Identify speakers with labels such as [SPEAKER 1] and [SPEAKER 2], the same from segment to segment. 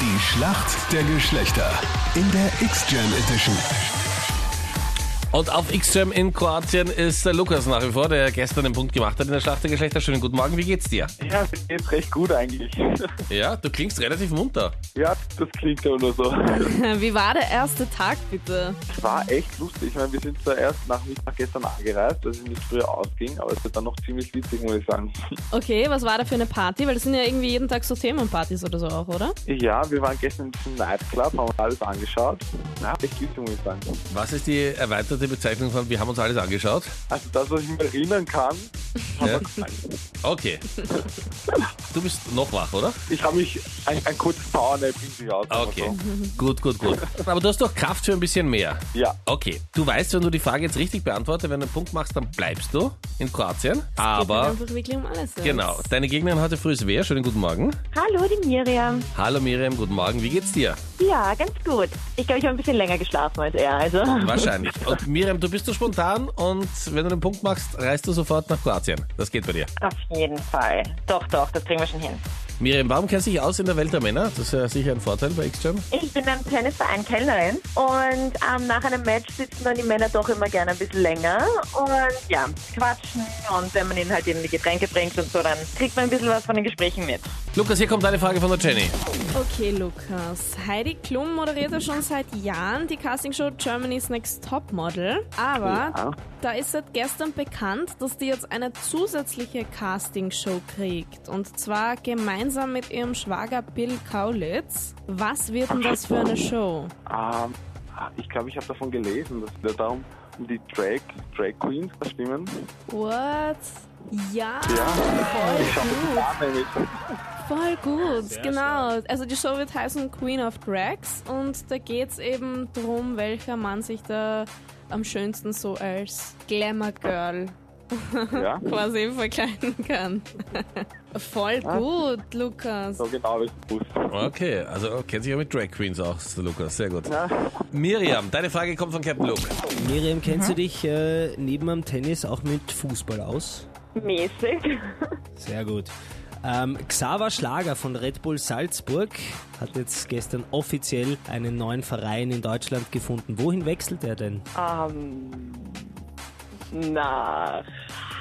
[SPEAKER 1] Die Schlacht der Geschlechter in der X-Jam Edition.
[SPEAKER 2] Und auf X-Jam in Kroatien ist der Lukas nach wie vor, der gestern den Punkt gemacht hat in der Schlacht der Geschlechter. Schönen guten Morgen, wie geht's dir?
[SPEAKER 3] Ja, mir geht's recht gut eigentlich.
[SPEAKER 2] Ja, du klingst relativ munter.
[SPEAKER 3] Ja, das klingt ja nur so.
[SPEAKER 4] Wie war der erste Tag bitte?
[SPEAKER 3] Es war echt lustig. Ich meine, wir sind zwar erst nach Mittag gestern angereist, dass es nicht früher ausging, aber es wird dann noch ziemlich witzig, muss ich sagen.
[SPEAKER 4] Okay, was war da für eine Party? Weil das sind ja irgendwie jeden Tag so Themenpartys oder so auch, oder?
[SPEAKER 3] Ja, wir waren gestern in diesem Nightclub, haben uns alles angeschaut. Ja, echt witzig, muss ich sagen.
[SPEAKER 2] Was ist die erweiterte Bezeichnung von, wir haben uns alles angeschaut?
[SPEAKER 3] Also das, was ich mir erinnern kann,
[SPEAKER 2] Ja.
[SPEAKER 3] haben wir gefallen.
[SPEAKER 2] Okay. Du bist noch wach, oder?
[SPEAKER 3] Ich habe mich ein, ein kurzes Powernap in sich aus. sagen wir
[SPEAKER 2] Okay.
[SPEAKER 3] So.
[SPEAKER 2] Gut, gut, gut. Aber du hast doch Kraft für ein bisschen mehr.
[SPEAKER 3] Ja,
[SPEAKER 2] Okay, du weißt, wenn du die Frage jetzt richtig beantwortest, wenn du einen Punkt machst, dann bleibst du in Kroatien.
[SPEAKER 4] Geht
[SPEAKER 2] Aber
[SPEAKER 4] halt einfach wirklich um alles. jetzt.
[SPEAKER 2] genau, deine Gegnerin heute früh ist wer? Schönen guten Morgen.
[SPEAKER 5] Hallo, die Miriam.
[SPEAKER 2] Hallo Miriam, guten Morgen. Wie geht's dir?
[SPEAKER 5] Ja, ganz gut. Ich glaube, ich habe ein bisschen länger geschlafen als er. Also.
[SPEAKER 2] Wahrscheinlich. Und Miriam, du bist so spontan und wenn du den Punkt machst, reist du sofort nach Kroatien. Das geht bei dir.
[SPEAKER 5] Auf jeden Fall. Doch, doch, das kriegen wir schon hin.
[SPEAKER 2] Miriam, warum kennst du dich aus in der Welt der Männer? Das ist ja sicher ein Vorteil bei X-Jam.
[SPEAKER 5] Ich bin beim Tennisverein Kellnerin und ähm, nach einem Match sitzen dann die Männer doch immer gerne ein bisschen länger und ja, quatschen und wenn man ihnen halt eben die Getränke bringt und so, dann kriegt man ein bisschen was von den Gesprächen mit.
[SPEAKER 2] Lukas, hier kommt eine Frage von der Jenny.
[SPEAKER 4] Okay, Lukas. Heidi Klum moderiert ja schon seit Jahren die Castingshow Germany's Next Topmodel. Aber
[SPEAKER 3] Ja.
[SPEAKER 4] da ist seit gestern bekannt, dass die jetzt eine zusätzliche Castingshow kriegt. Und zwar gemeinsam mit ihrem Schwager Bill Kaulitz. Was wird denn das für eine Show?
[SPEAKER 3] ähm, ich glaube, ich habe davon gelesen, dass es darum um die Drag, Drag Queens da stimmen.
[SPEAKER 4] What? Ja,
[SPEAKER 3] Ja,
[SPEAKER 4] voll
[SPEAKER 3] ich schaue mir
[SPEAKER 4] gut.
[SPEAKER 3] das an, nämlich.
[SPEAKER 4] Voll gut, genau. Also die Show wird heißen Queen of Drags und da geht's eben drum, welcher Mann sich da am schönsten so als Glamour Girl
[SPEAKER 3] Ja,
[SPEAKER 4] quasi verkleiden kann. Voll gut, Lukas.
[SPEAKER 3] so genau wie ich es wusste.
[SPEAKER 2] Okay, also kennt sich ja mit Drag Queens aus, der Lukas. Sehr gut. Miriam, deine Frage kommt von Captain Luke.
[SPEAKER 6] Miriam, kennst du dich äh, neben am Tennis auch mit Fußball aus?
[SPEAKER 5] Mäßig.
[SPEAKER 6] Sehr gut. Ähm, Xaver Schlager von Red Bull Salzburg hat jetzt gestern offiziell einen neuen Verein in Deutschland gefunden. Wohin wechselt er denn?
[SPEAKER 5] Ähm, nach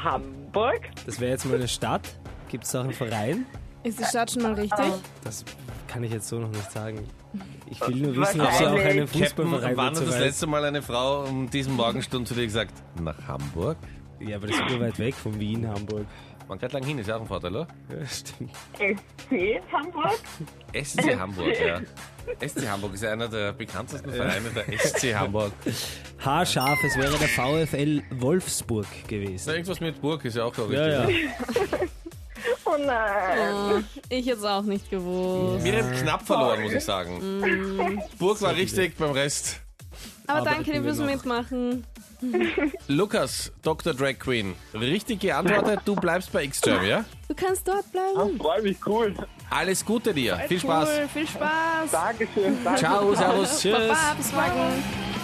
[SPEAKER 5] Hamburg?
[SPEAKER 6] Das wäre jetzt mal eine Stadt. Gibt es auch einen Verein?
[SPEAKER 4] Ist die Stadt schon mal richtig?
[SPEAKER 6] Das kann ich jetzt so noch nicht sagen. Ich will nur wissen, ob sie auch
[SPEAKER 5] Wahrscheinlich.
[SPEAKER 6] einen
[SPEAKER 2] Captain,
[SPEAKER 6] Fußballverein
[SPEAKER 2] wann hat
[SPEAKER 6] dazu
[SPEAKER 2] das
[SPEAKER 6] weiß.
[SPEAKER 2] letzte Mal eine Frau um diesen Morgenstund zu dir gesagt, nach Hamburg?
[SPEAKER 6] Ja, aber das ist nur weit weg von Wien, Hamburg.
[SPEAKER 2] Man kann lang hin, ist ja auch ein Vorteil, oder?
[SPEAKER 6] Ja, stimmt.
[SPEAKER 5] FC Hamburg?
[SPEAKER 2] SC Hamburg, ja. SC Hamburg ist einer der bekanntesten Vereine der SC Hamburg.
[SPEAKER 6] Haarscharf, es wäre der VfL Wolfsburg gewesen.
[SPEAKER 2] Na, irgendwas mit Burg ist ja auch so richtig.
[SPEAKER 6] Ja, ja.
[SPEAKER 5] Oh nein.
[SPEAKER 4] Oh, ich jetzt auch nicht gewusst.
[SPEAKER 2] Miriam knapp verloren, muss ich sagen. Burg war richtig, beim Rest.
[SPEAKER 4] Aber
[SPEAKER 6] Aber
[SPEAKER 4] danke dir
[SPEAKER 6] tun wir
[SPEAKER 4] fürs
[SPEAKER 6] noch.
[SPEAKER 4] Mitmachen.
[SPEAKER 2] Lukas, Dr. Drag Queen. Richtig geantwortet, du bleibst bei X-Jam, ja?
[SPEAKER 4] Du kannst dort bleiben.
[SPEAKER 3] Freue mich, cool.
[SPEAKER 2] Alles Gute dir. Viel
[SPEAKER 4] Cool,
[SPEAKER 2] Spaß.
[SPEAKER 4] viel Spaß.
[SPEAKER 3] Dankeschön. Danke.
[SPEAKER 2] Ciao, servus.
[SPEAKER 6] Tschüss.
[SPEAKER 4] Baba, bis morgen.